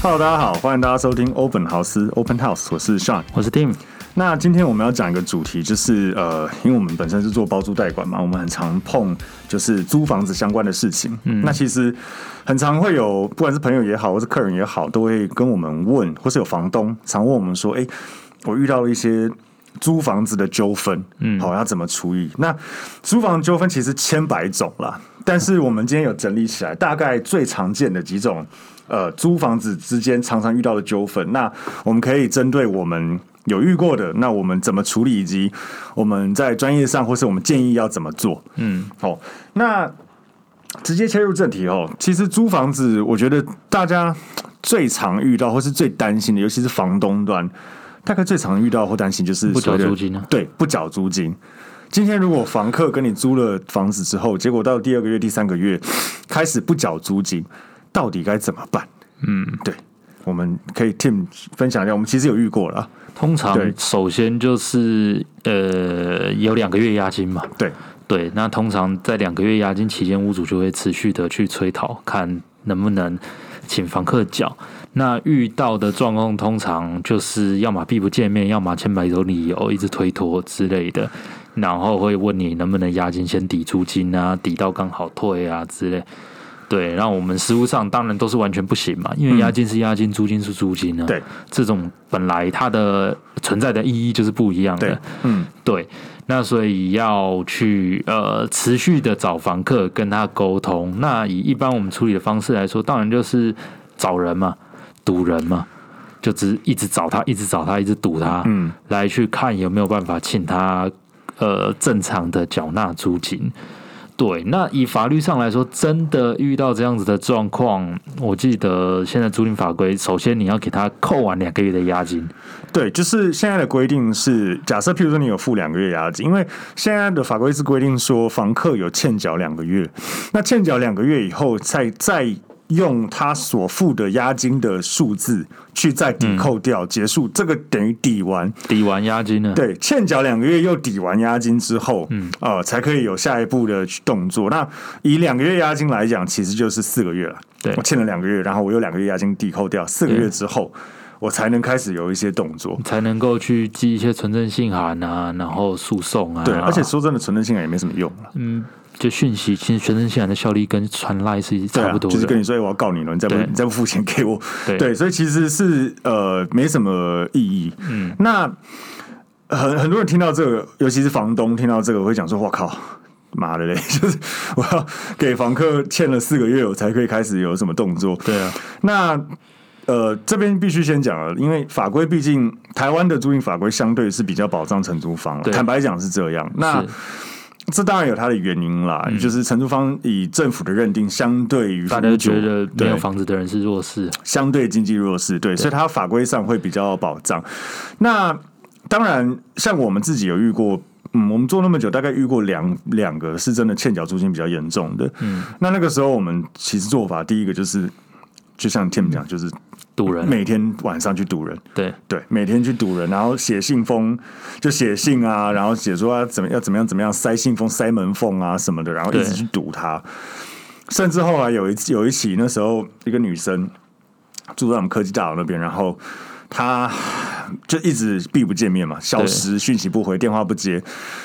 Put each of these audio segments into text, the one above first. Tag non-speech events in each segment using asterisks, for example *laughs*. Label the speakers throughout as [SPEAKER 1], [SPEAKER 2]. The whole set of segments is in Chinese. [SPEAKER 1] Hello，大家好，欢迎大家收听 Open 豪斯 Open House，我是 Sean。
[SPEAKER 2] 我是 Tim，
[SPEAKER 1] 那今天我们要讲一个主题，就是呃，因为我们本身是做包租代管嘛，我们很常碰就是租房子相关的事情。嗯，那其实很常会有，不管是朋友也好，或是客人也好，都会跟我们问，或是有房东常问我们说：“哎、我遇到了一些租房子的纠纷，嗯，好要怎么处理？”那租房纠纷其实千百种啦，但是我们今天有整理起来，大概最常见的几种。呃，租房子之间常常遇到的纠纷，那我们可以针对我们有遇过的，那我们怎么处理，以及我们在专业上或是我们建议要怎么做。嗯，好、那直接切入正题哦。其实租房子，我觉得大家最常遇到或是最担心的，尤其是房东端，大概最常遇到或担心就是
[SPEAKER 2] 不
[SPEAKER 1] 所
[SPEAKER 2] 缴
[SPEAKER 1] 谓的
[SPEAKER 2] 租金啊
[SPEAKER 1] 对，不缴租金。今天如果房客跟你租了房子之后，结果到第二个月、第三个月开始不缴租金，到底该怎么办？嗯，对，我们可以 Tim 分享一下，我们其实有遇过了，
[SPEAKER 2] 通常
[SPEAKER 1] 对
[SPEAKER 2] 首先就是呃有两个月押金嘛，
[SPEAKER 1] 对，
[SPEAKER 2] 对，那通常在两个月押金期间，屋主就会持续的去催讨，看能不能请房客缴。那遇到的状况通常就是要么避不见面，要么千百种理由，一直推脱之类的，然后会问你能不能押金先抵租金啊，抵到刚好退啊之类。对，那我们实务上当然都是完全不行嘛，因为押金是押金，租金是租金啊。
[SPEAKER 1] 对，
[SPEAKER 2] 这种本来它的存在的意义就是不一样的。
[SPEAKER 1] 对，嗯，
[SPEAKER 2] 对，那所以要去呃持续的找房客跟他沟通。那以一般我们处理的方式来说，当然就是找人嘛，堵人嘛，就只一直找他，一直找他，一直堵他，
[SPEAKER 1] 嗯，
[SPEAKER 2] 来去看有没有办法请他呃正常的缴纳租金。对，那以法律上来说，真的遇到这样子的状况，我记得现在租赁法规，首先你要给他扣完两个月的押金，
[SPEAKER 1] 对，就是现在的规定是，假设譬如说你有付两个月押金，因为现在的法规是规定说房客有欠缴两个月，那欠缴两个月以后再再。用他所付的押金的数字去再抵扣掉，结束这个等于抵完，
[SPEAKER 2] 抵完押金呢？
[SPEAKER 1] 对，欠缴两个月又抵完押金之后，嗯，呃，才可以有下一步的去动作。那以两个月押金来讲，其实就是四个月了。
[SPEAKER 2] 对
[SPEAKER 1] 我欠了两个月，然后我有两个月押金抵扣掉，四个
[SPEAKER 2] 对
[SPEAKER 1] 月之后，我才能开始有一些动作。
[SPEAKER 2] 才能够去寄一些存证信函啊，然后诉讼啊。
[SPEAKER 1] 对，而且说真的，存证信函也没什么用了，
[SPEAKER 2] 嗯，就讯息，其实存证信函的效力跟传赖是
[SPEAKER 1] 对
[SPEAKER 2] 差
[SPEAKER 1] 啊
[SPEAKER 2] 不多的。
[SPEAKER 1] 就是跟你说，哎我要告你了，你再不
[SPEAKER 2] 对
[SPEAKER 1] 你再不付钱给我，
[SPEAKER 2] 对
[SPEAKER 1] 对，所以其实是呃没什么意义。嗯，那很很多人听到这个，尤其是房东听到这个，会讲说：“我靠，妈的嘞！ *laughs* 就是我要给房客欠了四个月，我才可以开始有什么动作。”
[SPEAKER 2] 对啊，
[SPEAKER 1] 那呃，这边必须先讲了，因为法规毕竟台湾的租赁法规相对是比较保障承租方了，
[SPEAKER 2] 对
[SPEAKER 1] 坦白讲是这样。那
[SPEAKER 2] 是嗯
[SPEAKER 1] 这当然有它的原因啦，就是承租方以政府的认定，相对于
[SPEAKER 2] 大家
[SPEAKER 1] 屋
[SPEAKER 2] 都
[SPEAKER 1] 主
[SPEAKER 2] 觉得没
[SPEAKER 1] 对
[SPEAKER 2] 有房子的人是弱势。
[SPEAKER 1] 相对经济弱势，对，所以它法规上会比较保障。那当然，像我们自己有遇过，嗯，我们做那么久，大概遇过两两个是真的欠缴租金比较严重的。嗯，那那个时候我们其实做法，第一个就是，就像 Tim
[SPEAKER 2] 嗯
[SPEAKER 1] 讲，就是
[SPEAKER 2] 堵人，
[SPEAKER 1] 每天晚上去堵人，
[SPEAKER 2] 对
[SPEAKER 1] 对，每天去堵人，然后写信封，就写信啊，然后写说要怎么要怎么样怎么样塞信封、塞门缝啊什么的，然后一直
[SPEAKER 2] 对
[SPEAKER 1] 去堵他。甚至后来有一次有一起，那时候一个女生住在我们科技大楼那边，然后她就一直避不见面嘛，消失，讯息不回，电话不接，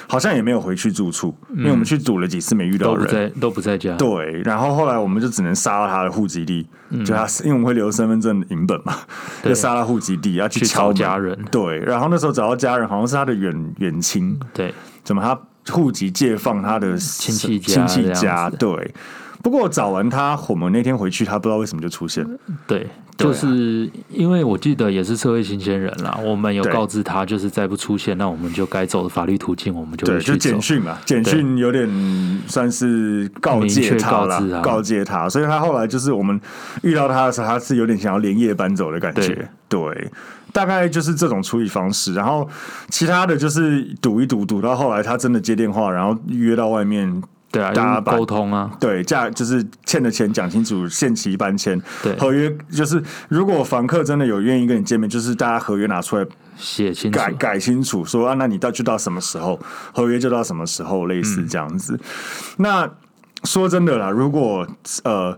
[SPEAKER 1] 好像也没有回去住处，因为我们去堵了几次没遇到
[SPEAKER 2] 都不
[SPEAKER 1] 人，
[SPEAKER 2] 在都不在家。
[SPEAKER 1] 对，然后后来我们就只能杀了他的户籍地，就他因为我们会留身份证的影本嘛，
[SPEAKER 2] 嗯对
[SPEAKER 1] 就杀了户籍地，要去
[SPEAKER 2] 去
[SPEAKER 1] 敲
[SPEAKER 2] 找
[SPEAKER 1] 门
[SPEAKER 2] 家人
[SPEAKER 1] 对，然后那时候找到家人，好像是他的远远亲，
[SPEAKER 2] 对
[SPEAKER 1] 怎么他户籍借放他的亲
[SPEAKER 2] 戚家
[SPEAKER 1] 亲戚
[SPEAKER 2] 这样
[SPEAKER 1] 家？
[SPEAKER 2] 子
[SPEAKER 1] 对。不过找完他，我们那天回去，他不知道为什么就出现了。
[SPEAKER 2] 对，
[SPEAKER 1] 对啊
[SPEAKER 2] 就是因为我记得也是社会新鲜人啦，我们有
[SPEAKER 1] 对
[SPEAKER 2] 告知他，就是再不出现，那我们就该走的法律途径，我们就
[SPEAKER 1] 对，
[SPEAKER 2] 会
[SPEAKER 1] 就
[SPEAKER 2] 去走
[SPEAKER 1] 简。讯嘛，简讯有点算是告诫他啦
[SPEAKER 2] 明确告知，啊
[SPEAKER 1] 告诫他，所以他后来就是我们遇到他的时候，他是有点想要连夜搬走的感觉
[SPEAKER 2] 对，
[SPEAKER 1] 对。大概就是这种处理方式，然后其他的就是赌一赌，赌到后来他真的接电话，然后约到外面，
[SPEAKER 2] 对啊，
[SPEAKER 1] 大家
[SPEAKER 2] 就是
[SPEAKER 1] 把
[SPEAKER 2] 沟通啊，
[SPEAKER 1] 对价就是欠的钱讲清楚，限期搬迁，
[SPEAKER 2] 对
[SPEAKER 1] 合约就是如果房客真的有愿意跟你见面，就是大家合约拿出来
[SPEAKER 2] 写清楚。
[SPEAKER 1] 改改清楚，说啊，那你到就到什么时候，合约就到什么时候，类
[SPEAKER 2] 嗯
[SPEAKER 1] 似这样子。那说真的啦，如果呃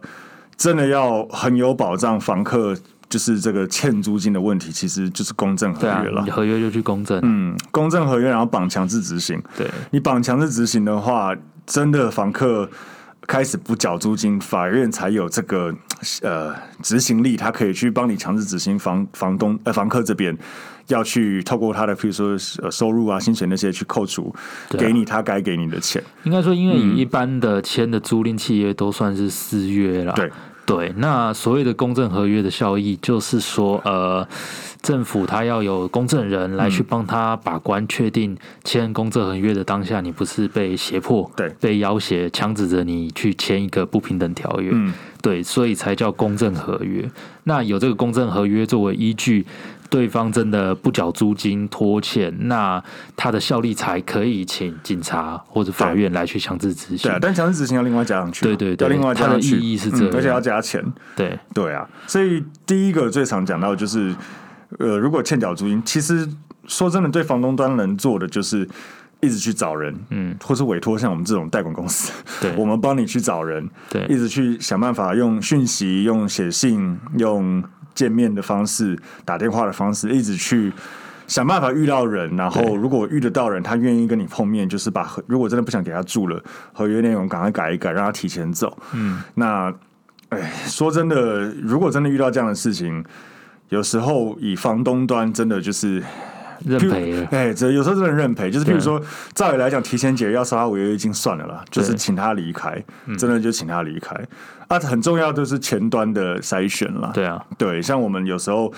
[SPEAKER 1] 真的要很有保障，房客就是这个欠租金的问题，其实就是公证合
[SPEAKER 2] 对啊
[SPEAKER 1] 约了，。
[SPEAKER 2] 你合约就去公证，
[SPEAKER 1] 嗯，公证合约然后绑强制执行，
[SPEAKER 2] 对，
[SPEAKER 1] 你绑强制执行的话，真的房客开始不缴租金，法院才有这个呃执行力，他可以去帮你强制执行房房东呃房客这边要去透过他的，譬如说呃收入啊、薪水那些去扣除，
[SPEAKER 2] 对啊
[SPEAKER 1] 给你他该给你的钱。
[SPEAKER 2] 应该说，因为以一般的签的租赁契约都算是私约啦，
[SPEAKER 1] 对
[SPEAKER 2] 对，啊那所谓的公证合约的效益，就是说，呃，政府它要有公证人来去帮他把关，确定签公证合约的当下，你不是被胁迫，
[SPEAKER 1] 对
[SPEAKER 2] 被要挟、强指着你去签一个不平等条约，
[SPEAKER 1] 嗯，
[SPEAKER 2] 对，所以才叫公证合约。那有这个公证合约作为依据，对方真的不缴租金拖欠，那他的效力才可以请警察或者法院来去强制执行
[SPEAKER 1] 对啊，。但强制执行要另外加上去，啊
[SPEAKER 2] 对对对
[SPEAKER 1] 要另外加上去，
[SPEAKER 2] 它的意义是这样
[SPEAKER 1] 嗯而且要加钱。
[SPEAKER 2] 对
[SPEAKER 1] 对啊，所以第一个最常讲到的就是，呃，如果欠缴租金，其实说真的，对房东端能做的就是一直去找人，
[SPEAKER 2] 嗯，
[SPEAKER 1] 或是委托像我们这种代管公司，
[SPEAKER 2] 对
[SPEAKER 1] 我们帮你去找人，
[SPEAKER 2] 对
[SPEAKER 1] 一直去想办法用讯息、用写信、用见面的方式、打电话的方式，一直去。想办法遇到人，然后
[SPEAKER 2] 对
[SPEAKER 1] 如果遇得到人，他愿意跟你碰面，就是把合如果真的不想给他住了，合约内容赶快改一改，让他提前走。嗯，那哎，说真的，如果真的遇到这样的事情，有时候以房东端真的就是
[SPEAKER 2] 认赔了。
[SPEAKER 1] 哎，这有时候真的认赔，就是比如
[SPEAKER 2] 对啊
[SPEAKER 1] 说，照理来讲，提前解约要收他违约金算了啦，就是
[SPEAKER 2] 对嗯
[SPEAKER 1] 请他离开，真的就请他离开。啊，很重要就是前端的筛选啦，
[SPEAKER 2] 对啊，
[SPEAKER 1] 对，像我们有时候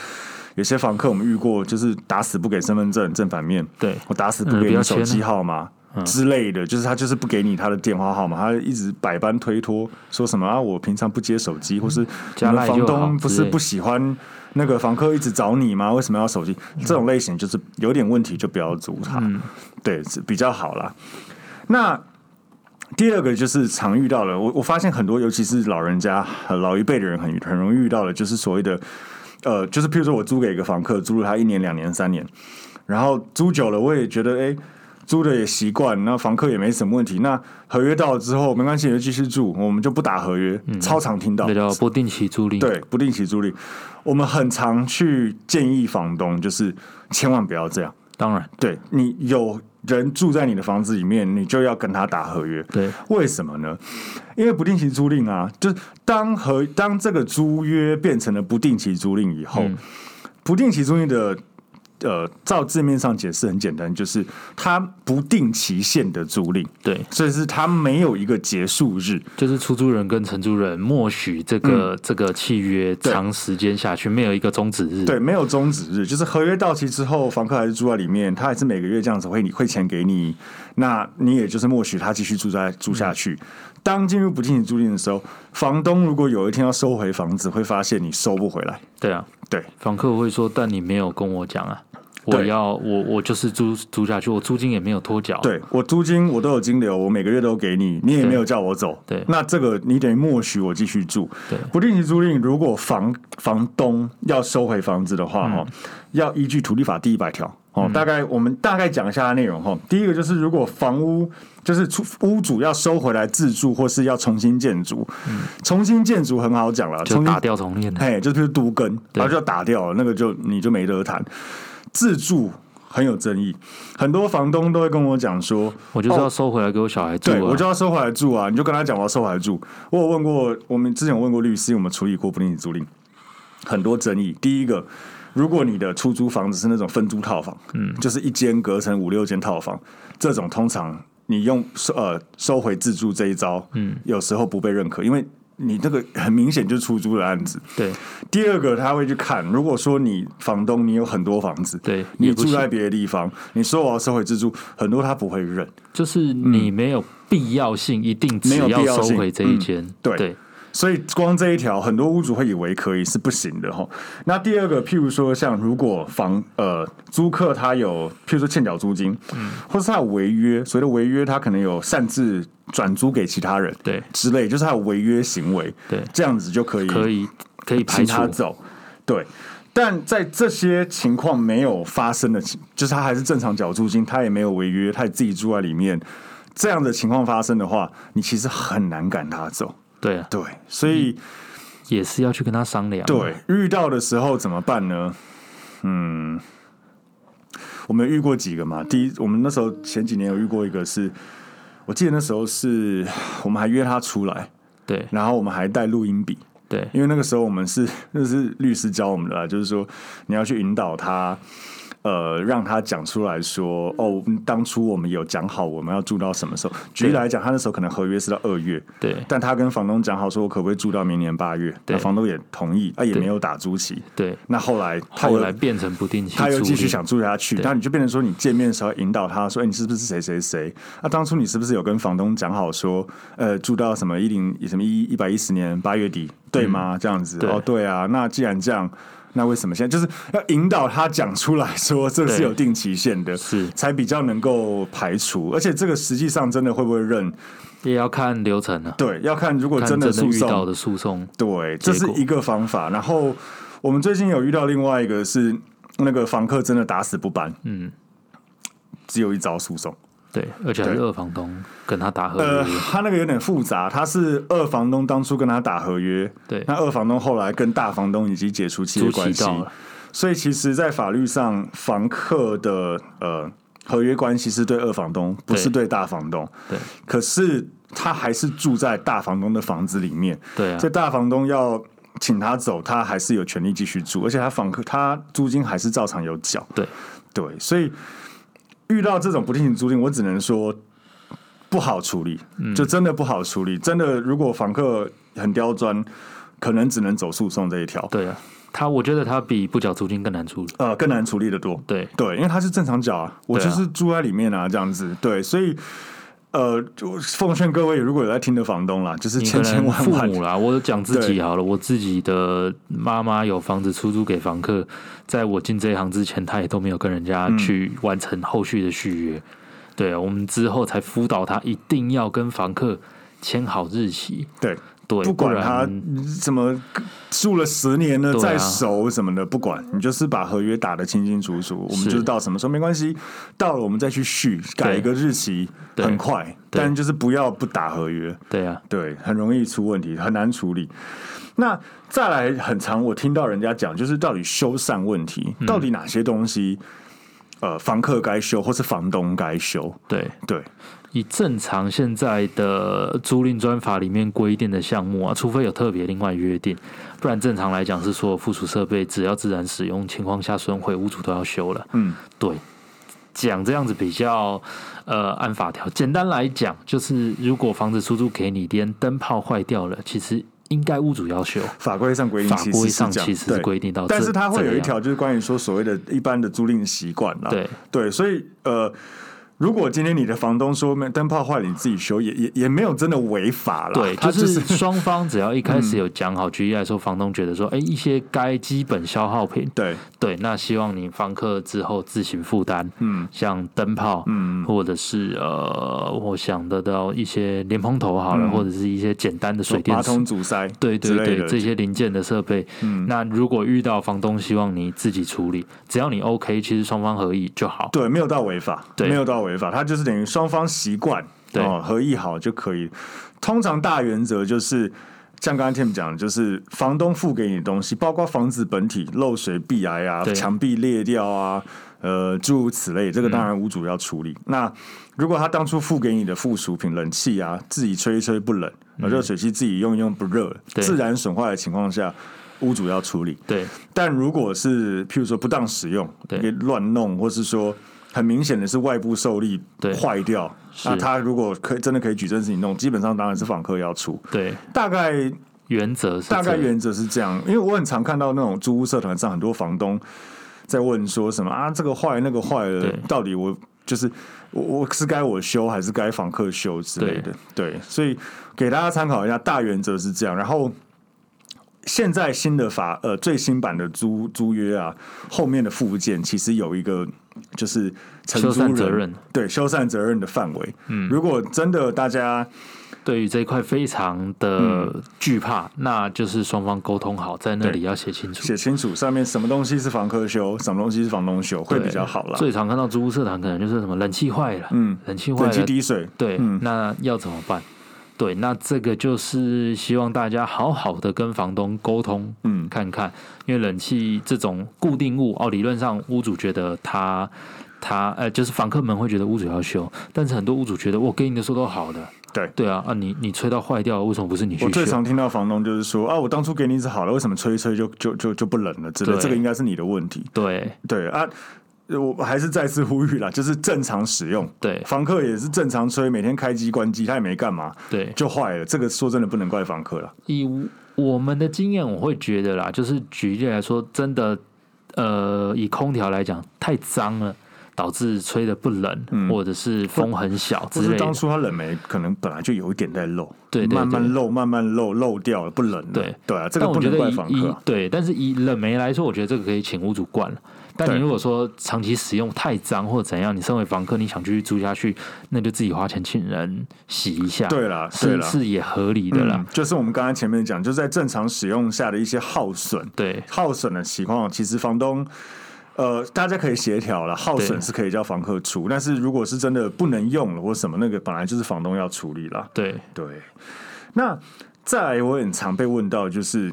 [SPEAKER 1] 有些房客我们遇过，就是打死不给身份证正反面，
[SPEAKER 2] 对
[SPEAKER 1] 我打死不
[SPEAKER 2] 嗯
[SPEAKER 1] 给
[SPEAKER 2] 不要
[SPEAKER 1] 你手
[SPEAKER 2] 签
[SPEAKER 1] 机
[SPEAKER 2] 啊
[SPEAKER 1] 号码。之类的，就是他就是不给你他的电话号码，他一直百般推脱，说什么啊，我平常不接手机，或是你
[SPEAKER 2] 嗯加
[SPEAKER 1] 们
[SPEAKER 2] 赖
[SPEAKER 1] 房
[SPEAKER 2] 就好
[SPEAKER 1] 东不
[SPEAKER 2] 之
[SPEAKER 1] 是
[SPEAKER 2] 类
[SPEAKER 1] 不喜欢那个房客一直找你吗？为什么要手机？这种类型就是有点问题就不要租他，
[SPEAKER 2] 嗯
[SPEAKER 1] 对，是比较好啦。那第二个就是常遇到的，我我发现很多，尤其是老人家、呃老一辈的人很很容易遇到的，就是所谓的，呃，就是譬如说我租给一个房客，租了他一年、两年、三年，然后租久了，我也觉得哎。租的也习惯，那房客也没什么问题。那合约到了之后，没关系，你就继续住，我们就不打合约。超常听到，
[SPEAKER 2] 那叫不定期租赁。
[SPEAKER 1] 哦对，不定期租赁，我们很常去建议房东，就是千万不要这样。
[SPEAKER 2] 当然，
[SPEAKER 1] 对你有人住在你的房子里面，你就要跟他打合约。
[SPEAKER 2] 对
[SPEAKER 1] 为什么呢？因为不定期租赁啊，就是当合当这个租约变成了不定期租赁以后，不定期租赁的呃，照字面上解释很简单，就是它不定期限的租赁，
[SPEAKER 2] 对，
[SPEAKER 1] 所以是它没有一个结束日。
[SPEAKER 2] 就是出租人跟承租人默许这个、这个契约
[SPEAKER 1] 嗯对
[SPEAKER 2] 长时间下去没有一个终止日。
[SPEAKER 1] 对，没有终止日，就是合约到期之后，房客还是住在里面，他还是每个月这样子会你汇钱给你，那你也就是默许他继续住在住下去。当进入不定期租赁的时候，房东如果有一天要收回房子，会发现你收不回来。
[SPEAKER 2] 对啊，
[SPEAKER 1] 对
[SPEAKER 2] 房客会说：“但你没有跟我讲啊，我
[SPEAKER 1] 对
[SPEAKER 2] 要我我就是租租下去，我租金也没有拖缴。”
[SPEAKER 1] 对，我租金我都有金流，我每个月都给你，你也没有
[SPEAKER 2] 对
[SPEAKER 1] 叫我走。
[SPEAKER 2] 对
[SPEAKER 1] 那这个你得默许我继续住。
[SPEAKER 2] 对
[SPEAKER 1] 不定期租赁，如果房房东要收回房子的
[SPEAKER 2] 嗯
[SPEAKER 1] 话，哈、要依据土地法第一百条。哦，大概我们大概讲一下它内容哈。第一个就是，如果房屋就是出屋主要收回来自住，或是要重新建筑，重新建筑很好讲了，重
[SPEAKER 2] 嗯就
[SPEAKER 1] 新
[SPEAKER 2] 打掉重练的。
[SPEAKER 1] 嘿，就是譬如都根，
[SPEAKER 2] 对
[SPEAKER 1] 然后就打掉了，那个就你就没得谈。自住很有争议，很多房东都会跟我讲说，
[SPEAKER 2] 我就是要
[SPEAKER 1] 哦
[SPEAKER 2] 收回来给我小孩住、啊
[SPEAKER 1] 对我就要收回来住啊，你就跟他讲我要收回来住。我有问过，我们之前有问过律师，我们处理过不定期租赁，很多争议。第一个，如果你的出租房子是那种分租套房，嗯，就是一间隔成五六间套房，这种通常你用收呃收回自住这一招，嗯，有时候不被认可，因为你这个很明显就是出租的案子，
[SPEAKER 2] 对
[SPEAKER 1] 第二个他会去看，如果说你房东你有很多房子，
[SPEAKER 2] 对
[SPEAKER 1] 你
[SPEAKER 2] 也不
[SPEAKER 1] 住
[SPEAKER 2] 行
[SPEAKER 1] 在别的地方，你说我要收回自住，很多他不会认，
[SPEAKER 2] 就是你没有必要性，一定只
[SPEAKER 1] 没有必要
[SPEAKER 2] 收
[SPEAKER 1] 性
[SPEAKER 2] 回这一
[SPEAKER 1] 嗯
[SPEAKER 2] 间、
[SPEAKER 1] 对
[SPEAKER 2] 对
[SPEAKER 1] 所以光这一条，很多屋主会以为可以是不行的哈。那第二个，譬如说像如果房呃租客他有，譬如说欠缴租金，
[SPEAKER 2] 嗯
[SPEAKER 1] 或是他有违约，所谓的违约，他可能有擅自转租给其他人，
[SPEAKER 2] 对
[SPEAKER 1] 之类，就是他有违约行为，
[SPEAKER 2] 对
[SPEAKER 1] 这样子就可以
[SPEAKER 2] 可以可以排
[SPEAKER 1] 请他
[SPEAKER 2] 除。
[SPEAKER 1] 走。对，但在这些情况没有发生的情，就是他还是正常缴租金，他也没有违约，他也自己住在里面，这样的情况发生的话，你其实很难赶他走。
[SPEAKER 2] 对啊，
[SPEAKER 1] 对，所以
[SPEAKER 2] 也是要去跟他商量。啊
[SPEAKER 1] 对，遇到的时候怎么办呢？嗯，我们遇过几个嘛。第一，我们那时候前几年有遇过一个是，我记得那时候是我们还约他出来，
[SPEAKER 2] 对
[SPEAKER 1] 然后我们还带录音笔，
[SPEAKER 2] 对
[SPEAKER 1] 因为那个时候我们是 *laughs* 那是律师教我们的啊，就是说你要去引导他。呃，让他讲出来说，哦，当初我们有讲好我们要住到什么时候。举例来讲，他那时候可能合约是到二月，
[SPEAKER 2] 对
[SPEAKER 1] 但他跟房东讲好说，我可不可以住到明年八月？那
[SPEAKER 2] 对
[SPEAKER 1] 房东也同意，啊，也
[SPEAKER 2] 对
[SPEAKER 1] 没有打租期。
[SPEAKER 2] 对，
[SPEAKER 1] 那后来他
[SPEAKER 2] 后
[SPEAKER 1] 又
[SPEAKER 2] 来变成不定期，
[SPEAKER 1] 他又继续，想住下去，
[SPEAKER 2] 对
[SPEAKER 1] 那你就变成说，你见面的时候引导他说，哎、你是不是谁谁谁？啊，当初你是不是有跟房东讲好说，呃，住到什么一零什么一一百一十年八月底，对吗？这样子
[SPEAKER 2] 嗯对
[SPEAKER 1] 哦，对啊。那既然这样，那为什么现在就是要引导他讲出来说，这是
[SPEAKER 2] 对
[SPEAKER 1] 有定期限的，
[SPEAKER 2] 是
[SPEAKER 1] 才比较能够排除。而且这个实际上真的会不会认？
[SPEAKER 2] 也要看流程啊，
[SPEAKER 1] 对，要看如果
[SPEAKER 2] 看
[SPEAKER 1] 真的
[SPEAKER 2] 的
[SPEAKER 1] 诉
[SPEAKER 2] 遇到
[SPEAKER 1] 讼，
[SPEAKER 2] 的诉讼，
[SPEAKER 1] 对，这是
[SPEAKER 2] 结果
[SPEAKER 1] 一个方法。然后我们最近有遇到另外一个是那个房客真的打死不搬。
[SPEAKER 2] 嗯，
[SPEAKER 1] 只有一招诉讼。
[SPEAKER 2] 对，而且还是
[SPEAKER 1] 对
[SPEAKER 2] 二房东跟他打合
[SPEAKER 1] 呃
[SPEAKER 2] 约，，
[SPEAKER 1] 他那个有点复杂，他是二房东当初跟他打合约，
[SPEAKER 2] 对
[SPEAKER 1] 那二房东后来跟大房东已经解除契约
[SPEAKER 2] 租期
[SPEAKER 1] 关系，
[SPEAKER 2] 到了，
[SPEAKER 1] 所以其实，在法律上，房客的呃合约关系是对二房东，不是对大房东。
[SPEAKER 2] 对
[SPEAKER 1] 可是他还是住在大房东的房子里面，
[SPEAKER 2] 对啊
[SPEAKER 1] 所，以大房东要请他走，他还是有权利继续住，而且他房客他租金还是照常有缴。
[SPEAKER 2] 对
[SPEAKER 1] 对，所以遇到这种不定期租赁，我只能说不好处理，
[SPEAKER 2] 嗯
[SPEAKER 1] 就真的不好处理。真的，如果房客很刁钻，可能只能走诉讼这一条，
[SPEAKER 2] 对啊，他我觉得他比不缴租金更难处理，
[SPEAKER 1] 呃，更难处理的多。
[SPEAKER 2] 对
[SPEAKER 1] 对，因为他是正常缴啊，我
[SPEAKER 2] 对啊
[SPEAKER 1] 就是住在里面啊，这样子。对，所以。呃，就奉劝各位，如果有在听的房东啦，就是
[SPEAKER 2] 你可
[SPEAKER 1] 千千
[SPEAKER 2] 能
[SPEAKER 1] 万
[SPEAKER 2] 父
[SPEAKER 1] 万
[SPEAKER 2] 母啦，我讲自己
[SPEAKER 1] 对
[SPEAKER 2] 好了，我自己的妈妈有房子出租给房客，在我进这一行之前，她也都没有跟人家
[SPEAKER 1] 嗯
[SPEAKER 2] 去完成后续的续约。对啊我们之后才辅导他，一定要跟房客签好日期，
[SPEAKER 1] 对，
[SPEAKER 2] 对，
[SPEAKER 1] 不管他
[SPEAKER 2] 然
[SPEAKER 1] 什么住了十年了
[SPEAKER 2] 对啊
[SPEAKER 1] 再熟什么的，不管你就是把合约打得清清楚楚，我们
[SPEAKER 2] 是
[SPEAKER 1] 就是到什么时候没关系，到了我们再去续改一个日期，
[SPEAKER 2] 对
[SPEAKER 1] 很快，
[SPEAKER 2] 对
[SPEAKER 1] 但就是不要不打合约，
[SPEAKER 2] 对啊，
[SPEAKER 1] 对，很容易出问题，很难处理。那再来很长，我听到人家讲，就是到底修缮问题，
[SPEAKER 2] 嗯
[SPEAKER 1] 到底哪些东西，呃，房客该修或是房东该修？
[SPEAKER 2] 对，
[SPEAKER 1] 对，
[SPEAKER 2] 以正常现在的租赁专法里面规定的项目啊，除非有特别另外约定，不然正常来讲是所有附属设备只要自然使用情况下损毁，屋主都要修了。
[SPEAKER 1] 嗯，
[SPEAKER 2] 对，讲这样子比较呃按法条。简单来讲，就是如果房子出租给你，连灯泡坏掉了，其实应该屋主要修。
[SPEAKER 1] 法规上规定
[SPEAKER 2] 法
[SPEAKER 1] 其实
[SPEAKER 2] 规
[SPEAKER 1] 是
[SPEAKER 2] 上
[SPEAKER 1] 这样
[SPEAKER 2] 其实是
[SPEAKER 1] 对
[SPEAKER 2] 规定到哦这，
[SPEAKER 1] 但是它会有一
[SPEAKER 2] 这个样
[SPEAKER 1] 条，就是关于说所谓的一般的租赁习惯啦。
[SPEAKER 2] 对
[SPEAKER 1] 对，所以呃，如果今天你的房东说没灯泡坏了你自己修，也也也没有真的违法啦。
[SPEAKER 2] 对，
[SPEAKER 1] 他
[SPEAKER 2] 就
[SPEAKER 1] 就是嗯
[SPEAKER 2] 双方只要一开始有讲好，举例来说，房东觉得说，哎，一些该基本消耗品，
[SPEAKER 1] 对，
[SPEAKER 2] 对，那希望你房客之后自行负担，
[SPEAKER 1] 嗯
[SPEAKER 2] 像灯泡，
[SPEAKER 1] 嗯
[SPEAKER 2] 或者是呃，我想得到一些莲蓬头好了，
[SPEAKER 1] 嗯
[SPEAKER 2] 或者是一些简单的水电
[SPEAKER 1] 马
[SPEAKER 2] 池
[SPEAKER 1] 桶阻塞，
[SPEAKER 2] 对对
[SPEAKER 1] 之类
[SPEAKER 2] 对，
[SPEAKER 1] 的
[SPEAKER 2] 这些零件的设备，
[SPEAKER 1] 嗯，
[SPEAKER 2] 那如果遇到房东希望你自己处理，只要你 OK，其实双方合意就好。
[SPEAKER 1] 对，没有到违法，
[SPEAKER 2] 对
[SPEAKER 1] 没有到违法，它就是等于双方习惯
[SPEAKER 2] 对
[SPEAKER 1] 哦合意好就可以。通常大原则就是。像刚刚 Tim 讲的，就是房东付给你的东西，包括房子本体漏水、壁癌啊、
[SPEAKER 2] 对
[SPEAKER 1] 墙壁裂掉啊，呃，诸如此类，这个当然屋主要处
[SPEAKER 2] 嗯
[SPEAKER 1] 理。那如果他当初付给你的附属品，冷气啊，自己吹一吹不冷，呃热、水器自己用一用不热，
[SPEAKER 2] 嗯对
[SPEAKER 1] 自然损坏的情况下，屋主要处理。
[SPEAKER 2] 对
[SPEAKER 1] 但如果是譬如说不当使用，
[SPEAKER 2] 对
[SPEAKER 1] 也乱弄，或是说很明显的是外部受力
[SPEAKER 2] 对
[SPEAKER 1] 坏掉，
[SPEAKER 2] 是
[SPEAKER 1] 那他如果可以真的可以举证自己弄，基本上当然是访客要出。
[SPEAKER 2] 对，
[SPEAKER 1] 大概
[SPEAKER 2] 原则是
[SPEAKER 1] 大概
[SPEAKER 2] 这样
[SPEAKER 1] 原则是这样，因为我很常看到那种租屋社团上很多房东在问说什么啊，这个坏那个坏了
[SPEAKER 2] 对，
[SPEAKER 1] 到底我就是我我是该我修还是该房客修之类的，对，所以给大家参考一下，大原则是这样，然后。现在新的法呃最新版的租租约啊，后面的附件其实有一个就是承
[SPEAKER 2] 修
[SPEAKER 1] 租
[SPEAKER 2] 缮
[SPEAKER 1] 人
[SPEAKER 2] 责任
[SPEAKER 1] 对修缮责任的范围。嗯，如果真的大家
[SPEAKER 2] 对于这一块非常
[SPEAKER 1] 嗯
[SPEAKER 2] 的惧怕，那就是双方沟通好，在那里要写清楚。
[SPEAKER 1] 写清楚上面什么东西是房客修，什么东西是房东修，会
[SPEAKER 2] 对
[SPEAKER 1] 比较好啦。
[SPEAKER 2] 最常看到租屋社团可能就是什么冷气坏了，
[SPEAKER 1] 嗯
[SPEAKER 2] 冷气坏
[SPEAKER 1] 冷气
[SPEAKER 2] 了，
[SPEAKER 1] 滴水，
[SPEAKER 2] 对，
[SPEAKER 1] 嗯
[SPEAKER 2] 那要怎么办？对，那这个就是希望大家好好的跟房东沟通，
[SPEAKER 1] 嗯
[SPEAKER 2] 看看，因为冷气这种固定物哦，理论上屋主觉得他他呃，就是房客们会觉得屋主要修，但是很多屋主觉得我给你的说都好的，
[SPEAKER 1] 对
[SPEAKER 2] 对啊啊，你你吹到坏掉了，为什么不是你去
[SPEAKER 1] 我最
[SPEAKER 2] 修？
[SPEAKER 1] 常听到房东就是说啊，我当初给你一只好了，为什么吹一吹就就就就不冷了？之类的，
[SPEAKER 2] 对
[SPEAKER 1] 这个应该是你的问题。
[SPEAKER 2] 对
[SPEAKER 1] 对啊，我还是再次呼吁啦，就是正常使用，
[SPEAKER 2] 对
[SPEAKER 1] 房客也是正常吹，每天开机关机，他也没干嘛
[SPEAKER 2] 对，
[SPEAKER 1] 就坏了。这个说真的不能怪房客了。
[SPEAKER 2] 以我们的经验，我会觉得啦，就是举例来说，真的，呃，以空调来讲，太脏了，导致吹的不冷，
[SPEAKER 1] 嗯
[SPEAKER 2] 或者是风很小之
[SPEAKER 1] 不是
[SPEAKER 2] 类
[SPEAKER 1] 当
[SPEAKER 2] 的。
[SPEAKER 1] 初他冷媒可能本来就有一点在漏，
[SPEAKER 2] 对对对
[SPEAKER 1] 慢慢漏，慢慢漏，漏掉了，不冷了。
[SPEAKER 2] 对
[SPEAKER 1] 对啊，这个
[SPEAKER 2] 但
[SPEAKER 1] 不
[SPEAKER 2] 我觉
[SPEAKER 1] 能
[SPEAKER 2] 得
[SPEAKER 1] 怪
[SPEAKER 2] 以
[SPEAKER 1] 房客
[SPEAKER 2] 以
[SPEAKER 1] 啊。
[SPEAKER 2] 对，但是以冷媒来说，我觉得这个可以请屋主灌了。但
[SPEAKER 1] 对
[SPEAKER 2] 你如果说长期使用太脏或者怎样，你身为房客，你想继续租下去，那就自己花钱请人洗一下，
[SPEAKER 1] 对啦，对
[SPEAKER 2] 是
[SPEAKER 1] 啦，
[SPEAKER 2] 是也合理的啦
[SPEAKER 1] 嗯。，就是我们刚才前面讲，就是在正常使用下的一些耗损，
[SPEAKER 2] 对
[SPEAKER 1] 耗损的情况，其实房东。呃，大家可以协调了，耗损
[SPEAKER 2] 对
[SPEAKER 1] 是可以叫房客出，但是如果是真的不能用了或什么，那个本来就是房东要处理啦。
[SPEAKER 2] 对，
[SPEAKER 1] 对，那再来，我很常被问到，就是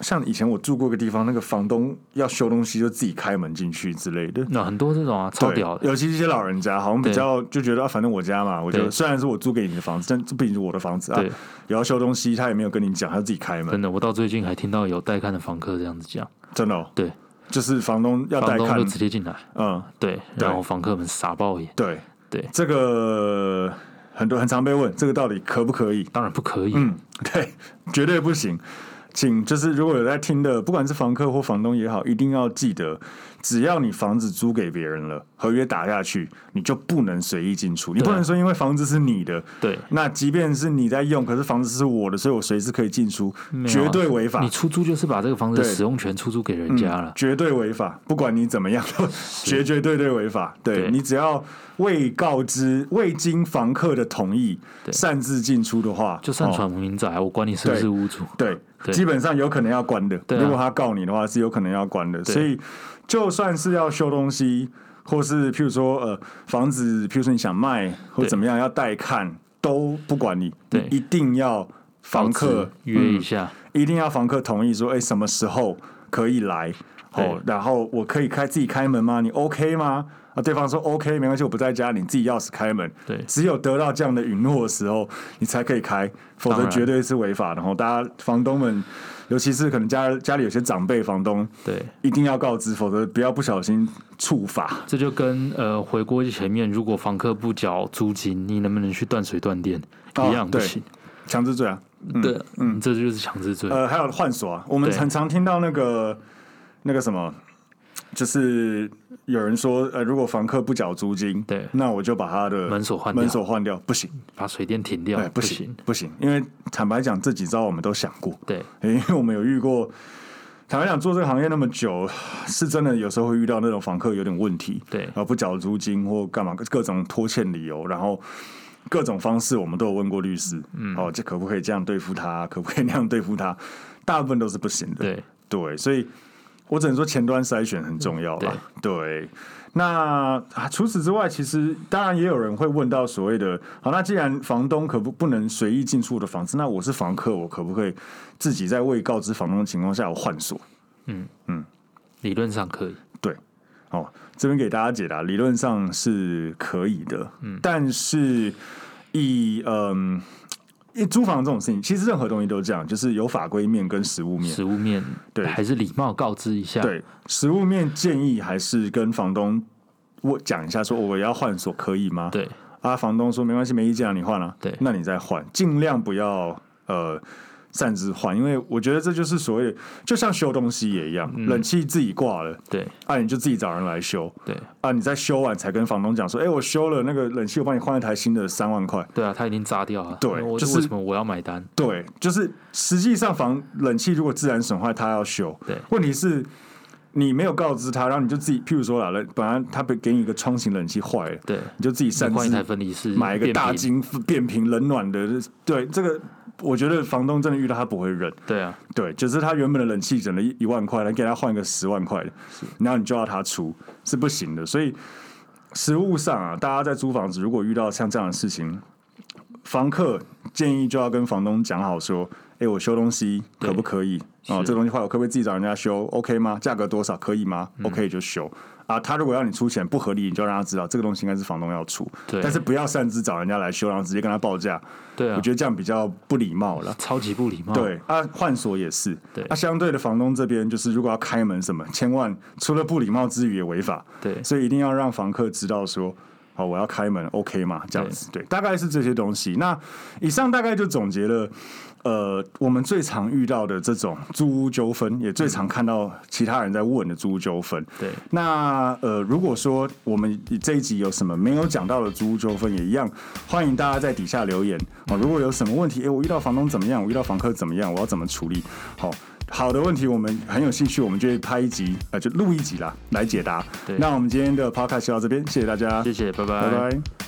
[SPEAKER 1] 像以前我住过一个地方，那个房东要修东西就自己开门进去之类的，
[SPEAKER 2] 那很多这种啊，超
[SPEAKER 1] 对
[SPEAKER 2] 屌的，
[SPEAKER 1] 尤其是一些老人家，好像比
[SPEAKER 2] 对
[SPEAKER 1] 较就觉得、啊、反正我家嘛，我觉得
[SPEAKER 2] 对
[SPEAKER 1] 虽然是我租给你的房子，但 *laughs* 这毕竟是我的房子啊
[SPEAKER 2] 对，
[SPEAKER 1] 有要修东西，他也没有跟你讲，他自己开门
[SPEAKER 2] 真，的，我到最近还听到有带看的房客这样子讲。
[SPEAKER 1] 真的、哦，
[SPEAKER 2] 对，
[SPEAKER 1] 就是房东要带
[SPEAKER 2] 房东
[SPEAKER 1] 看
[SPEAKER 2] 就，直接进来，
[SPEAKER 1] 嗯，
[SPEAKER 2] 对，
[SPEAKER 1] 对
[SPEAKER 2] 然后房客们傻爆眼，
[SPEAKER 1] 对
[SPEAKER 2] 对
[SPEAKER 1] 这个很多很常被问，这个到底可不可以？
[SPEAKER 2] 当然不可以，
[SPEAKER 1] 嗯， *laughs* 对，绝对不行。请就是如果有在听的，不管是房客或房东也好，一定要记得，只要你房子租给别人了，合约打下去，你就不能随意进出。你
[SPEAKER 2] 对啊
[SPEAKER 1] 不能说因为房子是你的，
[SPEAKER 2] 对，
[SPEAKER 1] 那即便是你在用，可是房子是我的，所以我随时可以进出，
[SPEAKER 2] 没有啊
[SPEAKER 1] 绝对违法嗯
[SPEAKER 2] 你。出租就是把这个房子的
[SPEAKER 1] 对
[SPEAKER 2] 使用权出租给人家了，
[SPEAKER 1] 绝对违法，不管你怎么样，都绝绝对对违法。对
[SPEAKER 2] 对
[SPEAKER 1] 你只要未告知、未经房客的同意
[SPEAKER 2] 对
[SPEAKER 1] 擅自进出的话，
[SPEAKER 2] 就算
[SPEAKER 1] 哦
[SPEAKER 2] 闯民宅，我管你是不是
[SPEAKER 1] 对
[SPEAKER 2] 屋主，
[SPEAKER 1] 对，
[SPEAKER 2] 对
[SPEAKER 1] 基本上有可能要关的。
[SPEAKER 2] 对啊
[SPEAKER 1] 如果他告你的话，是有可能要关的。
[SPEAKER 2] 对
[SPEAKER 1] 所以，就算是要修东西，或是譬如说呃房子，譬如说你想卖或
[SPEAKER 2] 对
[SPEAKER 1] 怎么样要带看，都不管你，
[SPEAKER 2] 对
[SPEAKER 1] 你一定要房客
[SPEAKER 2] 告知约一
[SPEAKER 1] 嗯
[SPEAKER 2] 下，
[SPEAKER 1] 一定要房客同意说，哎、什么时候可以来？哦
[SPEAKER 2] 对，
[SPEAKER 1] 然后我可以开自己开门吗？你 OK 吗？啊，对方说 OK，没关系，我不在家，你自己钥匙开门。
[SPEAKER 2] 对
[SPEAKER 1] 只有得到这样的允诺的时候，你才可以开，否
[SPEAKER 2] 当
[SPEAKER 1] 则
[SPEAKER 2] 然
[SPEAKER 1] 绝对是违法的。然后大家房东们，尤其是可能家家里有些长辈房东，
[SPEAKER 2] 对。
[SPEAKER 1] 一定要告知，否则不要不小心触法。
[SPEAKER 2] 这就跟呃回过去前面，如果房客不缴租金，你能不能去断水断电、
[SPEAKER 1] 哦
[SPEAKER 2] 一样不
[SPEAKER 1] 对
[SPEAKER 2] 行？
[SPEAKER 1] 强制罪啊，
[SPEAKER 2] 对，嗯，这就是强制罪。
[SPEAKER 1] 呃，还有换锁啊，我们
[SPEAKER 2] 对
[SPEAKER 1] 很常听到那个那个什么，就是有人说，呃，如果房客不缴租金，
[SPEAKER 2] 对
[SPEAKER 1] 那我就把他的
[SPEAKER 2] 门锁换掉
[SPEAKER 1] 门锁换掉，不行，
[SPEAKER 2] 把水电停掉
[SPEAKER 1] 哎，不行，
[SPEAKER 2] 行。
[SPEAKER 1] 不行，因为坦白讲，这几招我们都想过，
[SPEAKER 2] 对
[SPEAKER 1] 因为我们有遇过。坦白讲，做这个行业那么久，是真的有时候会遇到那种房客有点问题，
[SPEAKER 2] 对
[SPEAKER 1] 然后不缴租金或干嘛，各种拖欠理由，然后各种方式，我们都有问过律师，嗯，哦，这可不可以这样对付他，可不可以那样对付他，大部分都是不行的，
[SPEAKER 2] 对
[SPEAKER 1] 对，所以我只能说前端筛选很重要啦。嗯对，那、啊、除此之外，其实当然也有人会问到所谓的，好，那既然房东可不不能随意进出我的房子，那我是房客，我可不可以自己在未告知房东的情况下我换锁？
[SPEAKER 2] 理论上可以。
[SPEAKER 1] 对，哦，这边给大家解答，理论上是可以的，嗯，但是以嗯。因为租房这种事情，其实任何东西都这样，就是有法规面跟实物面。
[SPEAKER 2] 食物面
[SPEAKER 1] 对
[SPEAKER 2] 还是礼貌告知一下。
[SPEAKER 1] 对，实物面建议还是跟房东我讲一下，说我要换锁可以吗？
[SPEAKER 2] 对
[SPEAKER 1] 啊，房东说没关系，没意见啊，你换啊。
[SPEAKER 2] 对
[SPEAKER 1] 那你再换，尽量不要呃擅自换，因为我觉得这就是所谓的，就像修东西也一样，
[SPEAKER 2] 嗯
[SPEAKER 1] 冷气自己挂了，
[SPEAKER 2] 对
[SPEAKER 1] 啊，你就自己找人来修。
[SPEAKER 2] 对
[SPEAKER 1] 啊！你在修完才跟房东讲说，哎、我修了那个冷气，我帮你换一台新的，三万块。
[SPEAKER 2] 对啊，他已经炸掉了。
[SPEAKER 1] 对
[SPEAKER 2] 我
[SPEAKER 1] 就是
[SPEAKER 2] 为什么我要买单？
[SPEAKER 1] 对，就是实际上房冷气如果自然损坏，它要修。
[SPEAKER 2] 对
[SPEAKER 1] 问题是你没有告知他，然后你就自己，譬如说啦，冷本来他被给你一个窗型冷气坏了，
[SPEAKER 2] 对，
[SPEAKER 1] 你就自己擅
[SPEAKER 2] 换一台
[SPEAKER 1] 自
[SPEAKER 2] 分离式，
[SPEAKER 1] 买一个
[SPEAKER 2] 变频
[SPEAKER 1] 大。金变频冷暖的，对这个。我觉得房东真的遇到他不会忍，
[SPEAKER 2] 对啊，
[SPEAKER 1] 对，就是他原本的冷气整了一一万块，来给他换个十万块的，然后你就要他出是不行的。所以实物上啊，大家在租房子如果遇到像这样的事情，房客建议就要跟房东讲好说，哎、我修东西可不可以？哦，
[SPEAKER 2] 是
[SPEAKER 1] 这东西坏我可不可以自己找人家修？OK 吗？价格多少可以吗、o
[SPEAKER 2] 嗯
[SPEAKER 1] k 就修啊。他如果要你出钱不合理，你就让他知道这个东西应该是房东要出，
[SPEAKER 2] 对
[SPEAKER 1] 但是不要擅自找人家来修，然后直接跟他报价，
[SPEAKER 2] 对啊，
[SPEAKER 1] 我觉得这样比较不礼貌了。
[SPEAKER 2] 超级不礼貌。
[SPEAKER 1] 对，啊，换锁也是。
[SPEAKER 2] 哦对
[SPEAKER 1] 那、相对的，房东这边就是如果要开门什么，千万除了不礼貌之余也违法。
[SPEAKER 2] 对
[SPEAKER 1] 所以一定要让房客知道说，好，我要开门，OK 嘛？这样子，对，大概是这些东西。那以上大概就总结了，呃，我们最常遇到的这种租屋纠纷，也最
[SPEAKER 2] 嗯
[SPEAKER 1] 常看到其他人在问的租屋纠纷。
[SPEAKER 2] 对
[SPEAKER 1] 那呃，如果说我们这一集有什么没有讲到的租屋纠纷，也一样，欢迎大家在底下留言哦。如果有什么问题，诶，我遇到房东怎么样，我遇到房客怎么样，我要怎么处理？好、好的问题，我们很有兴趣，我们就会拍一集，呃，就录一集啦，来解答
[SPEAKER 2] 对。
[SPEAKER 1] 那我们今天的 podcast 就到这边，谢谢大家，
[SPEAKER 2] 谢谢，拜
[SPEAKER 1] 拜拜